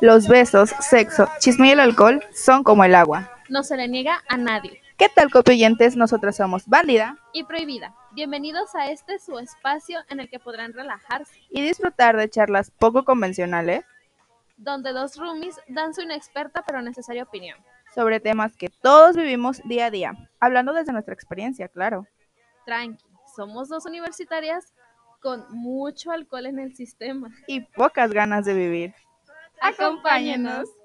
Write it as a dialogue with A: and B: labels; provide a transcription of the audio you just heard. A: Los besos, sexo, chisme y el alcohol son como el agua.
B: No se le niega a nadie.
A: ¿Qué tal, copioyentes? Nosotras somos Bandida
B: Y prohibida. Bienvenidos a este su espacio en el que podrán relajarse,
A: y disfrutar de charlas poco convencionales
B: donde dos roomies dan su inexperta pero necesaria opinión.
A: sobre temas que todos vivimos día a día, hablando desde nuestra experiencia, claro.
B: Tranqui, somos dos universitarias con mucho alcohol en el sistema.
A: Y pocas ganas de vivir.
B: Acompáñenos.